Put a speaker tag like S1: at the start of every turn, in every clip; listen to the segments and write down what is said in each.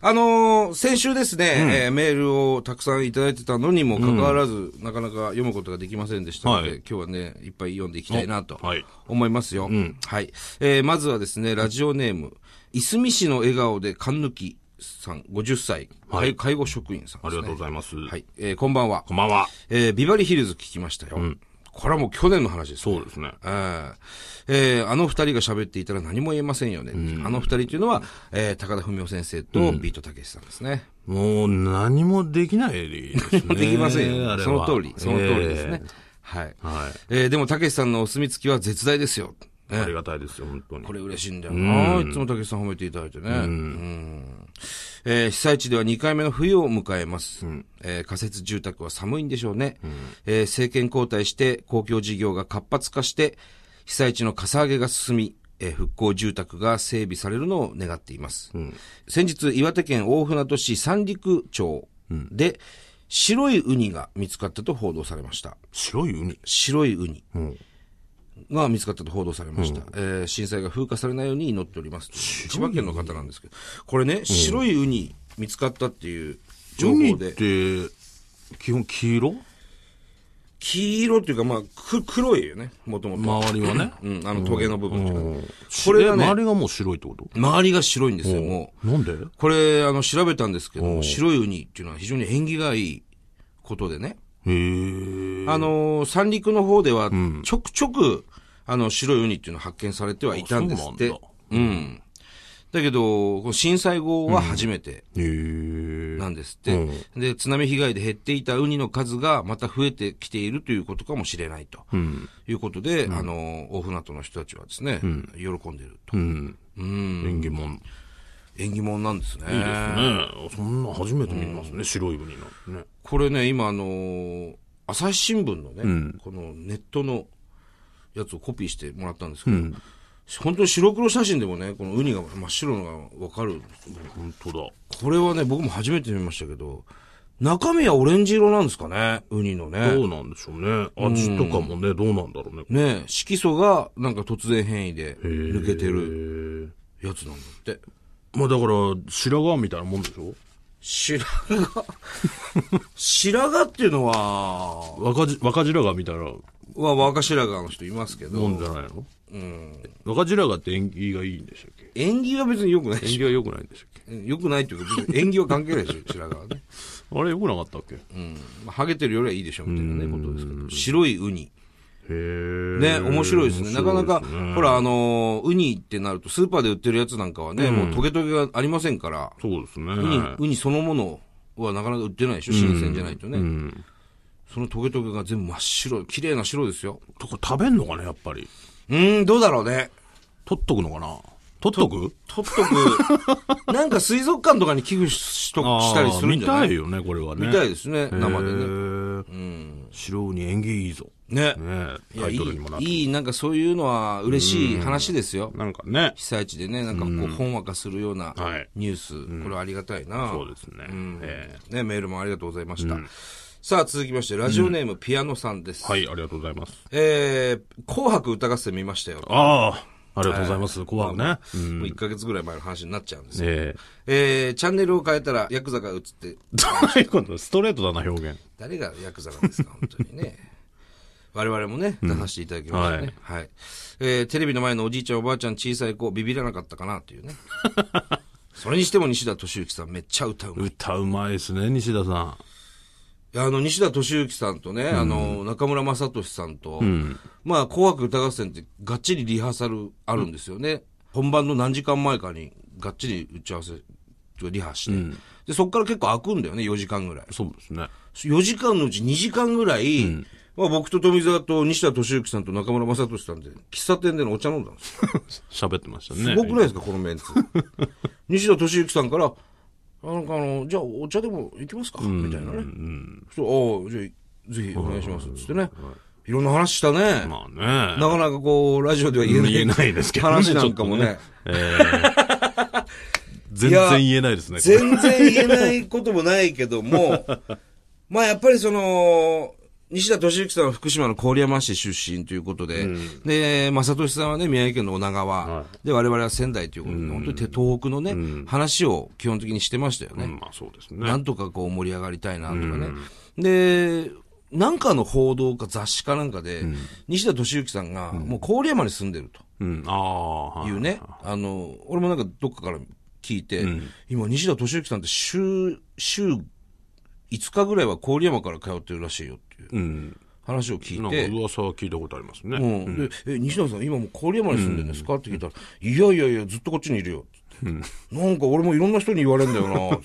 S1: あのー先週ですね、えーメールをたくさんいただいてたのにもかかわらず、なかなか読むことができませんでしたので、
S2: はい
S1: 今日はね、いっぱい読んでいきたいなと
S2: おはい
S1: 思いますよ。はい。えーまずはですね、ラジオネーム、いすみ市の笑顔でかんぬきさん、50歳、はい、介護職員さん
S2: あ
S1: です、ね。
S2: りがとうございます。
S1: はい。えーこんばんは
S2: こ。んばんは。
S1: えービバリヒルズ聞きましたよ。これはもう去年の話ですね、
S2: そうですね。
S1: あえーあの二人が喋っていたら何も言えませんよね。あの二人というのは、えー高田文夫先生とビートたけしさんですね。
S2: もう何もできない ですね。
S1: できませんよ、
S2: あれは
S1: その通り。その通りですね。。はい。
S2: はい
S1: えーでもたけしさんのお墨付きは絶大ですよ。
S2: ええありがたいですよ、本当に
S1: こ。れ嬉しいんだよな、いつもたけしさん褒めていただいてね。うんえー被災地では2回目の冬を迎えます、えー仮設住宅は寒いんでしょうね、えー政権交代して公共事業が活発化して、被災地のかさ上げが進み、えー復興住宅が整備されるのを願っています。先日、岩手県大船渡市三陸町で、白いウニが見つかったと報道されました。
S2: 白いウニ。
S1: 白いウニが見つかったと報道されました、えー震災が風化されないように祈っております千葉県の方なんですけどこれね、白いウニ見つかったっていう情
S2: ウニ
S1: 報
S2: っ
S1: で
S2: て、基本黄色
S1: 黄色っていうか、まあ、く黒いよねもともと
S2: 周りはね。
S1: うんあのトゲの部分とかね
S2: こ
S1: これ
S2: れ
S1: がね
S2: 周りがもう白いってこと
S1: 周りが白いんですよもう
S2: なんで
S1: これあの調べたんですけども白いウニっていうのは非常に縁起がいいことでね
S2: へえ。
S1: あのー三陸の方では、ちょくちょく、あの、白いウニっていうのを発見されてはいたんですって。
S2: あ
S1: うん
S2: そ
S1: だけど、この震災後は初めて
S2: へえ。
S1: なんですって、で、津波被害で減っていたウニの数がまた増えてきているということかもしれないと。いうことで、あのー大船渡の人たちはですね、喜んでいると。
S2: うん。縁起物。いい
S1: 縁起物なんですね。
S2: ですね。そんな初めて見ますね、白いウニなんてね。
S1: これね、今、あのー朝日新聞のね、このネットのやつをコピーしてもらったんですけど、本当に白黒写真でもね、このウニが真っ白のがわかる。
S2: 本当だ。
S1: これはね、僕も初めて見ましたけど、中身はオレンジ色なんですかね、ウニの
S2: ど
S1: ね。
S2: うなんでしょうね。味とかもね、どうなんだろうね。
S1: ね色素がなんか突然変異で抜けてる
S2: る。
S1: やつなんだって。
S2: まあだから、白髪みたいなもんでしょ
S1: 白髪 白髪っていうのは、
S2: 若じ、若白髪みたいな
S1: は若白髪の人いますけ
S2: も
S1: ど、
S2: んじゃないのうん。若白髪って縁起がいいんでしたっけ
S1: 縁起は別に良くないでしょ
S2: 縁起が良くないんでしたっ
S1: よくないっていうか、別に縁起は関係ないでしょ、白髪はね。
S2: けあれ良くなかったっけへ
S1: うん。まあ、ハゲてるよりはいいでしょ、みたいなね、ことですけど。白いウニ。
S2: え。
S1: ね、面白いですね。なかなか、
S2: 面白いですね
S1: ほら、あのーウニってなると、スーパーで売ってるやつなんかはね、もうトゲトゲがありませんから、
S2: そうですね。
S1: ウニ、ウニそのものはなかなか売ってないでしょ、新鮮じゃないとね。
S2: うん。
S1: そのトゲトゲが全部真っ白、綺麗な白ですよ。
S2: とか食べんのかね、やっぱり。
S1: うーん、どうだろうね。
S2: 取っとくのかな取っとく
S1: 取っとく。なんか水族館とかに寄付しと
S2: あー
S1: したりするんじゃない
S2: 見たいよね、これはね。
S1: 見たいですね、生で
S2: へ
S1: ね。
S2: ー白ウニ縁起いいぞ。
S1: ね。
S2: ね
S1: いや
S2: タ
S1: い
S2: イトルにもなって。
S1: い、いい、なんかそういうのは嬉しい話ですよ。
S2: なんかね。
S1: 被災地でね、なんかこう、ほんわかするような
S2: はい
S1: ニュース、これはありがたいな。
S2: そうですね。ええ
S1: ね、メールもありがとうございました。さあ、続きまして、ラジオネーム、ピアノさんです。
S2: はい、ありがとうございます。
S1: えー、紅白歌合戦見ましたよ。
S2: ああ、ありがとうございます。紅白ね。うん
S1: もう1ヶ月ぐらい前の話になっちゃうんですよ。
S2: ええ。
S1: えー、チャンネルを変えたら、ヤクザが映って、
S2: どういうことストレートだな、表現。
S1: 誰がヤクザなんですか、本当に ね。我々もね、出させていただきましたね。はい、えーテレビの前のおじいちゃんおばあちゃん小さい子、ビビらなかったかなっていう ね。それにしても西田敏行さんめっちゃ歌うまい。
S2: 歌うまいですね、西田さ
S1: いやあの、西田敏行さんとね、あの、中村雅俊さんと、まあ、紅白歌合戦ってがっちりリハーサルあるんですよね。本番の何時間前かにがっちり打ち合わせ、リハして。で、そっから結構開くんだよね、4時間ぐらい
S2: ん。。そうですね。
S1: 4時間のうち2時間ぐらい、まあ、僕と富澤と西田敏行さんと中村雅俊さんで、喫茶店でのお茶飲んだんですよ。
S2: 喋ってましたね。
S1: すごくないですか、このメ ンツ。西田敏行さんから、あなんかあの、じゃあお茶でも行きますか、みたいなね。そう、ああ、じゃあぜひお願いします、つってね。いろんな話したね。
S2: まあね。
S1: なかなかこう、ラジオでは言えない。
S2: 言えないですけどね
S1: 話なんかもね。
S2: ええ全然言えないです ね。
S1: 全然言えないこともないけども、まあやっぱりその、西田敏行さんは福島の郡山市出身ということで、で、正俊さんはね、宮城県の女川、で、我々は仙台ということで、本当に手東北のね、話を基本的にしてましたよね。
S2: うんまあそうですね。
S1: なんとかこう盛り上がりたいなとかね。で、なんかの報道か雑誌かなんかで、西田敏行さんが、もう郡山に住んでる
S2: うん、ああ、
S1: と
S2: はい
S1: いうね、あの、俺もなんかどっかから聞いて、今西田敏行さんって週、週5日ぐらいは郡山から通ってるらしいよっていう
S2: うん。
S1: 話を聞
S2: ないん
S1: て、
S2: か噂は聞いたことありますね。
S1: うん、でえ西田さん、今もう郡山に住んでるんですか、って聞いたら、いやいやいや、ずっとこっちにいるよって、なんか俺もいろんな人に言われるんだよな つって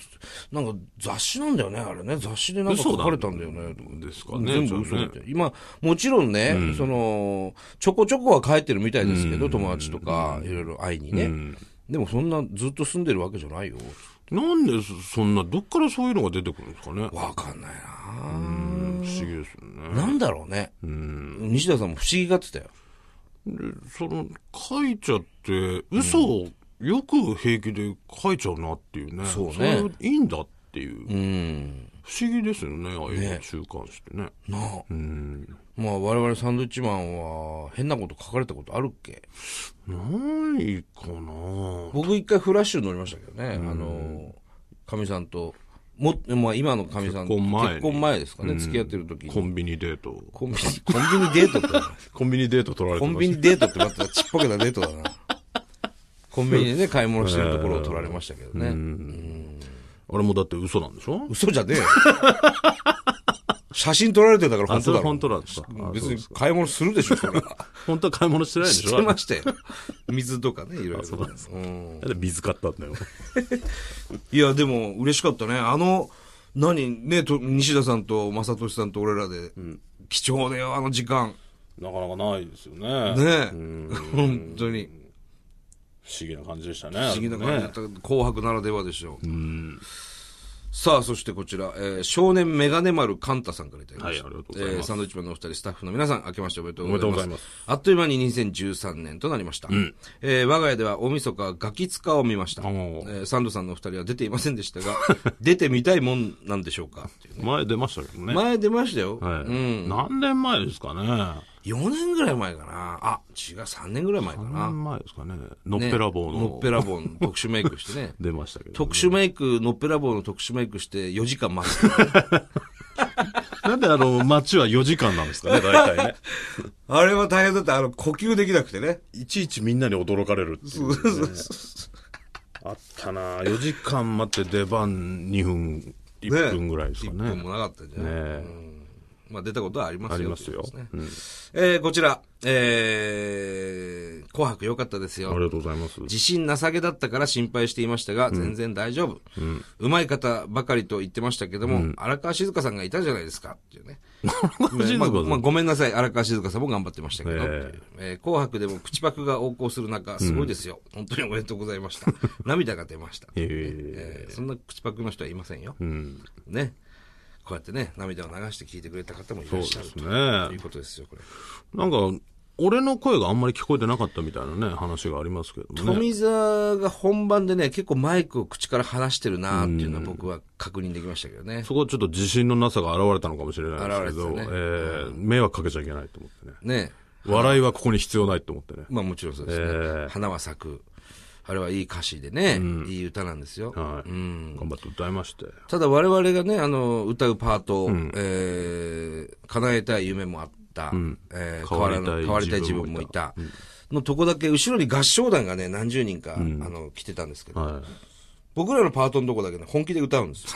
S1: なんか雑誌なんだよね、あれね、雑誌でなんか書かれたんだよね、
S2: ですかね。
S1: 全部嘘
S2: じゃ
S1: だっ
S2: あね
S1: て、今、もちろんね、そのちょこちょこは帰ってるみたいですけど、友達とか、いろいろ会いにね、でもそんなずっと住んでるわけじゃないよ、
S2: なんでそんな、どっからそういうのが出てくるんですかね。
S1: わかんないな、
S2: うん不思議ですよね。
S1: なんだろうね、西田さんも不思議がってたよ。
S2: でその、書いちゃって、嘘をよく平気で書いちゃうなっていうね。
S1: そうね
S2: れいいんだっていう。
S1: うん
S2: 不思議ですよね、ああいう週刊誌ってね。
S1: なあ。まあ、我々サンドウィッチマンは、変なこと書かれたことあるっけ
S2: ないかな
S1: 僕一回フラッシュ乗りましたけどね、あの、かみさんと、も、まあ今のかみさんと
S2: 結婚前に
S1: 結婚前ですかね、付き合ってる時
S2: コ
S1: に。
S2: ンビニデート。
S1: コンビニ、コンビニデートって、
S2: コンビニデート取られ
S1: コンビニデートってまたちっぽけなデートだ な。コンビニでね、買い物してるところを取られましたけどね。
S2: あれもだって嘘なんでしょ
S1: 嘘じゃねえよ。写真撮られてたから
S2: あ、
S1: 本当
S2: それ
S1: だ
S2: 本
S1: ろ。
S2: 当なんですかあ
S1: 別に買い物するでしょ、それは。
S2: 本当は買い物してないんでし
S1: 知
S2: ょ
S1: ってましたよ。水とかね、いろいろ。
S2: そうなんです
S1: うん
S2: あれなんで水買ったんだよ。
S1: いや、でも嬉しかったね。あの、何、ね、と西田さんと正俊さんと俺らで、貴重だよ、あの時間。
S2: なかなかないですよね。
S1: ね
S2: うん
S1: 本当に。
S2: 不思議な感じでしたね。
S1: 不思議な感じだっ
S2: ね
S1: た。紅白ならではでしょう。さあ、そしてこちら、えー少年メガネ丸カンタさんからいただきました。
S2: はいありがとうございます
S1: えーサンドウィッチマンのお二人、スタッフの皆さん、明けましておめでとうご
S2: おめでとう
S1: ざ
S2: ござ
S1: い
S2: い
S1: ま
S2: ますす。
S1: あっという間に2013年となりました。えー我が家では大晦日、ガキ使を見ました。え
S2: おー
S1: ーサンドさんのお二人は出ていませんでしたが、 出てみたいもんなんでしょうかっていう
S2: 前出ましたけどね。
S1: 前出ましたよ。
S2: はい
S1: うん。
S2: 何年前ですかね。
S1: 4年ぐらい前かな。あ、違う、3年ぐらい前か
S2: 何
S1: な。
S2: 年前ですかね。のっぺらぼ
S1: の
S2: う
S1: っ
S2: の。
S1: ぺらぼうの特殊メイクしてね
S2: 出ましたけど。
S1: 特殊メイク、のっぺらぼうの特殊メイクして4時間待つ。
S2: なんであの、街は4時間なんですかね、大体ね。
S1: あれは大変だった。あの、呼吸できなくてね。
S2: いちいちみんなに驚かれるっていうね、あったな4時間待って出番2分、1分ぐらいですか
S1: 1分
S2: ね。
S1: もなかったんじゃない、
S2: え
S1: まあ出たことはありますよ。
S2: あります
S1: とい
S2: よ
S1: うことですねえーこちら、えー、紅白良かったです
S2: え
S1: よ
S2: あ。りがとうございます。
S1: 自信なさげだったから心配していましたが、全然大丈夫。うまい方ばかりと言ってましたけども、荒川静香さんがいたじゃないですか、っていうね。
S2: 静
S1: ま
S2: 香
S1: あ
S2: さん
S1: まあごめんなさい、荒川静香さんも頑張ってましたけど、
S2: え
S1: っていうえー紅白でも口パクが横行する中、すごいですよ。本当におめでとうございました。 涙が出ました。
S2: ええ
S1: えーそんな口パクの人はいませんよ。
S2: うん。
S1: ね。こうやってね、涙を流して聞いてくれた方もい
S2: そ
S1: ら
S2: う
S1: っ
S2: で
S1: しゃる
S2: す
S1: と
S2: ね。
S1: いうことですよ、これ。
S2: なんか、俺の声があんまり聞こえてなかったみたいなね、話がありますけどもね。
S1: 富澤が本番でね、結構マイクを口から離してるなーっていうのは僕は確認できましたけどね。
S2: そこはちょっと自信のなさが現れたのかもしれないですけど、
S1: 現れて
S2: え
S1: たね
S2: え迷惑かけちゃいけないと思ってね。
S1: ね。
S2: 笑いはここに必要ないと思ってね。
S1: まあもちろんそうですね。
S2: えー
S1: 花は咲く。あれはいい歌詞でね、いい歌なんですよ。
S2: はい。頑張って歌いまして。
S1: ただ我々がね、あの、歌うパート、えー叶えたい夢もあった、えー変
S2: 変
S1: わ
S2: わ
S1: ら
S2: りたい
S1: ぬ変わりたい自分もいた、のとこだけ、後ろに合唱団がね、何十人か、あの、来てたんですけど、
S2: は
S1: 僕らのパートのとこだけね、本気で歌うんです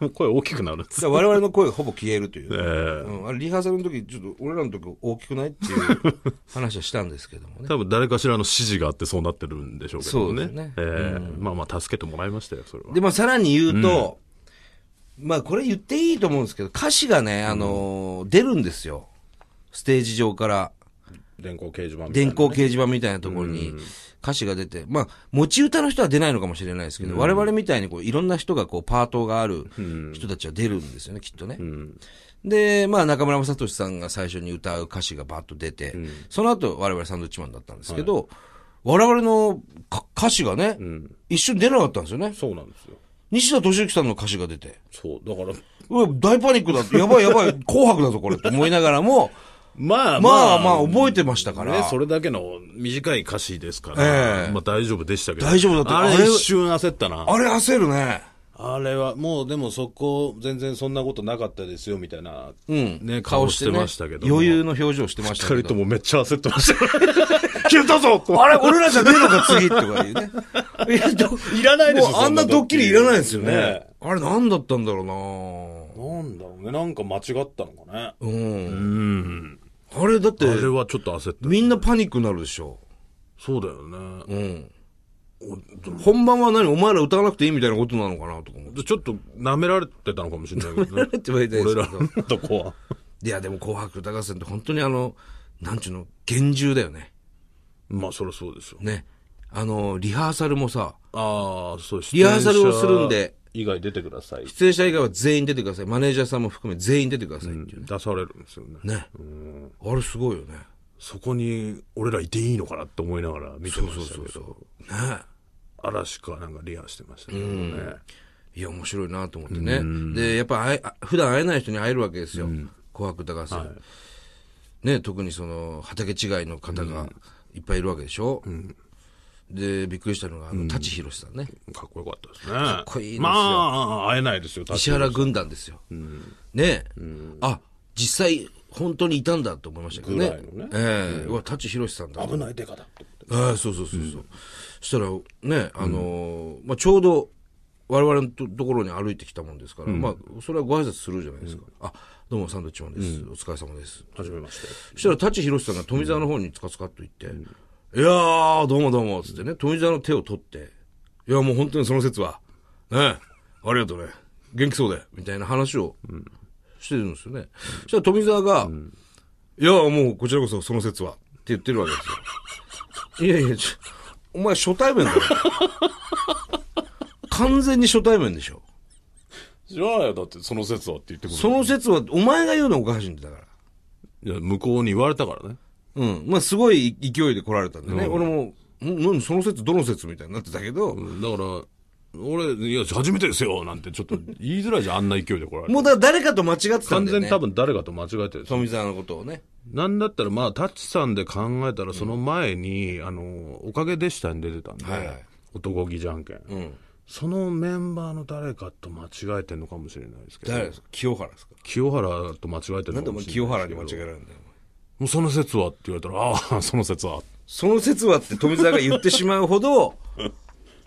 S1: よ。
S2: い。声大きくなるんです。
S1: だから我々の声がほぼ 消えるという。
S2: ええ
S1: うん、あれリハーサルの時、ちょっと俺らの時大きくないっていう話はしたんですけどもね。
S2: 多分誰かしらの指示があってそうなってるんでしょうけど
S1: そ
S2: ね。
S1: うですね
S2: ええまあまあ助けてもらいましたよ、それは。
S1: で、まあ、さらに言うと、まあ、これ言っていいと思うんですけど、歌詞がね、あのー出るんですよ。ステージ上から、
S2: 電光掲示板み
S1: 電光掲示板みたいなところに歌詞が出て、まあ、持ち歌の人は出ないのかもしれないですけど、我々みたいにこう、いろんな人がこう、パートがある人たちは出るんですよね、きっとね。で、まあ、中村雅俊さんが最初に歌う歌詞がバーッと出て、その後、我々サンドウィッチマンだったんですけど、我々のか歌詞がね、一瞬出なかったんですよね。
S2: そうなんですよ。
S1: 西田敏行さんの歌詞が出て、
S2: そう、だから、
S1: うわ大パニックだって、やばいやばい、 紅白だぞこれって思いながらも、
S2: まあ
S1: まあまあ覚えてましたから
S2: ね、それだけの短い歌詞ですから、
S1: ええ
S2: まあ大丈夫でしたけど。
S1: 大丈夫だった
S2: あれ
S1: あれ
S2: 一瞬焦ったな。
S1: あれ焦るね。
S2: あれは、もうでもそこ、全然そんなことなかったですよ、みたいな、
S1: うん。
S2: ね、顔してましたけど。
S1: 余裕の表情してましたけ
S2: 二
S1: ど。
S2: 人ともめっちゃ焦ってま したから消えたぞと
S1: あれ、俺らじゃねえのか、次とか言うね。いや、ど
S2: いらないでしょ
S1: もうあんなドッキリいらないですよね。
S2: ね
S1: あれ、なんだったんだろう
S2: なんだろうね、なんか間違ったのかね。
S1: なうん。
S2: うん。
S1: あれ、だって
S2: あ、れはちょっと焦った。
S1: みんなパニックになるでしょ。
S2: そうだよね。
S1: うん。本番は何お前ら歌わなくていいみたいなことなのかなとか思って。
S2: でちょっと舐められてたのかもしれないけ どね。
S1: って言われたいです
S2: 俺
S1: け
S2: ら
S1: ど
S2: のとこ は。
S1: いや、でも紅白歌合戦って本当にあの、なんちゅうの、厳重だよね。
S2: まあ、そりゃそうですよ。
S1: ね。あの、リハーサルもさ、
S2: ああ、そうです
S1: リハーサルをするんで。
S2: 出演者以外出てください。
S1: 出演者以外は全員出てください。マネージャーさんも含め全員出てくださいっていうね。
S2: 出されるんですよね。
S1: ね。あれすごいよね。
S2: そこに俺らいていいのかなって思いながら見てましたけど。
S1: そう。ね。
S2: 嵐かなんかリハしてましたけどね。
S1: いや、面白いなと思ってね。で、やっぱ会えあ普段会えない人に会えるわけですよ。紅白歌合戦、ね、特にその、畑違いの方がいっぱいいるわけでしょ。で、びっくりしたのが、あの、舘ひろしさんね。
S2: かっこよかったですね。か
S1: っこいいですよ
S2: まあ、会えないですよ、確
S1: 石
S2: かに。
S1: 原軍団ですよ。ね、あ、実際、本当にいたんだと思いましたけどね。
S2: ぐらいのね
S1: ええうわ、舘ひろしさんだ。
S2: 危ないデカだって。
S1: ああ、そうそうそうそう。そしたら、ね、あのーまあ、ちょうど、我々のとところに歩いてきたもんですから、まあ、それはご挨拶するじゃないですか。あ、どうも、サンドウィッチマンです。お疲れ様です。
S2: 初めまして。
S1: そしたら、舘ひろしさんが富澤の方につかつかっと行って、いやー、どうもどうも、つってね、富澤の手を取って、いや、もう本当にその説は、ね、ありがとうね、元気そうで、みたいな話をしてるんですよね。そしたら富澤が、いや、もうこちらこそその説は、って言ってるわけですよ。いやいや、ちょお前初対面だろ。完全に初対面でしょ。
S2: じゃあ、だってその説はって言ってくる。
S1: その説は、お前が言うのはおかしいんだから。
S2: いや、向こうに言われたからね。
S1: うん。まあ、すごい勢いで来られたんでね。俺も、ん何その説どの説みたいになってたけど、
S2: だから、俺、いや、初めてですよ、なんてちょっと言いづらいじゃん、あんな勢いで来られて。
S1: もうだから誰かと間違ってたん
S2: 完
S1: だよ
S2: 全に
S1: ね。
S2: 多分誰かと間違えてる。
S1: 富澤のことをね。
S2: なんだったら、まあ、タッチさんで考えたら、その前に、あの、おかげでしたに出てたんで、
S1: はいはい
S2: 男気じゃんけん,、
S1: ん
S2: そのメンバーの誰かと間違えてるのかもしれないですけど、
S1: 誰ですか清原ですか
S2: 清原と間違えてる
S1: な
S2: の
S1: んで
S2: か
S1: お
S2: も
S1: 前
S2: しれないですけど。
S1: 清原に間違えられるんだよ。
S2: もうその説はって言われたら、あ あ、その説は。
S1: その説はって富澤が言ってしまうほ ど、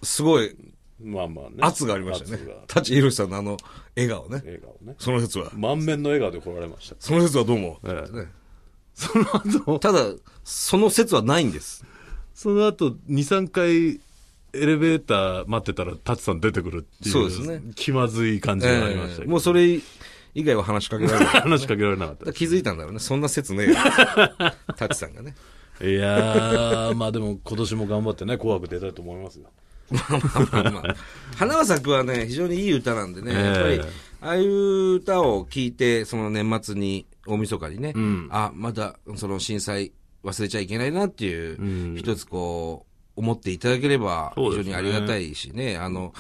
S1: すごい
S2: まあまあね。
S1: 圧がありましたね。舘ひろしさんのあの笑顔ね。
S2: 笑顔ね。
S1: その説は。
S2: 満面の笑顔で来られました。
S1: その説はどうも。
S2: ええ
S1: ね
S2: その後、
S1: ただ、その説はないんです。
S2: その後、2、3回、エレベーター待ってたら、タチさん出てくるっていう。
S1: そうですね
S2: 気まずい感じがありましたけ
S1: ええ
S2: ど、
S1: もうそれ以外は話しかけられない。
S2: 話しかけられなかった
S1: だから気づいたんだろうね。そんな説ねえよ。タチさんがね。
S2: いやー、まあでも今年も頑張ってね、紅白出たいと思いますよ。
S1: まあまあまあまあ。花は咲くはね、非常にいい歌なんでね。
S2: ええ
S1: やっぱり、ああいう歌を聴いて、その年末に、大晦日にね、あ、まだ、その震災忘れちゃいけないなっていう、一つこう、思っていただければ、非
S2: そう
S1: 常
S2: ですね
S1: にありがたいしね。あの、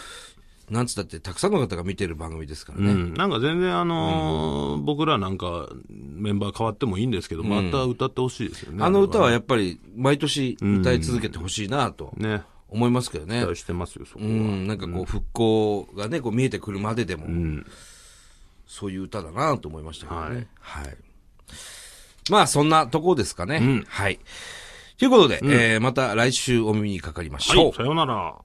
S1: なんつったって、たくさんの方が見てる番組ですからね。
S2: うん、なんか全然あのー僕らなんかメンバー変わってもいいんですけど、また歌ってほしいですよね。
S1: あの歌はやっぱり、毎年歌い続けてほしいなと、
S2: ね、
S1: 思いますけどね
S2: 期。待してますよ、そこは。
S1: うん、なんかこう、復興がね、こう見えてくるまででも、そういう歌だなと思いましたけどね。はい。まあ、そんなとこですかね。はい。ということで、えーまた来週お耳にかかりまし
S2: は
S1: ょう
S2: い、。さようなら。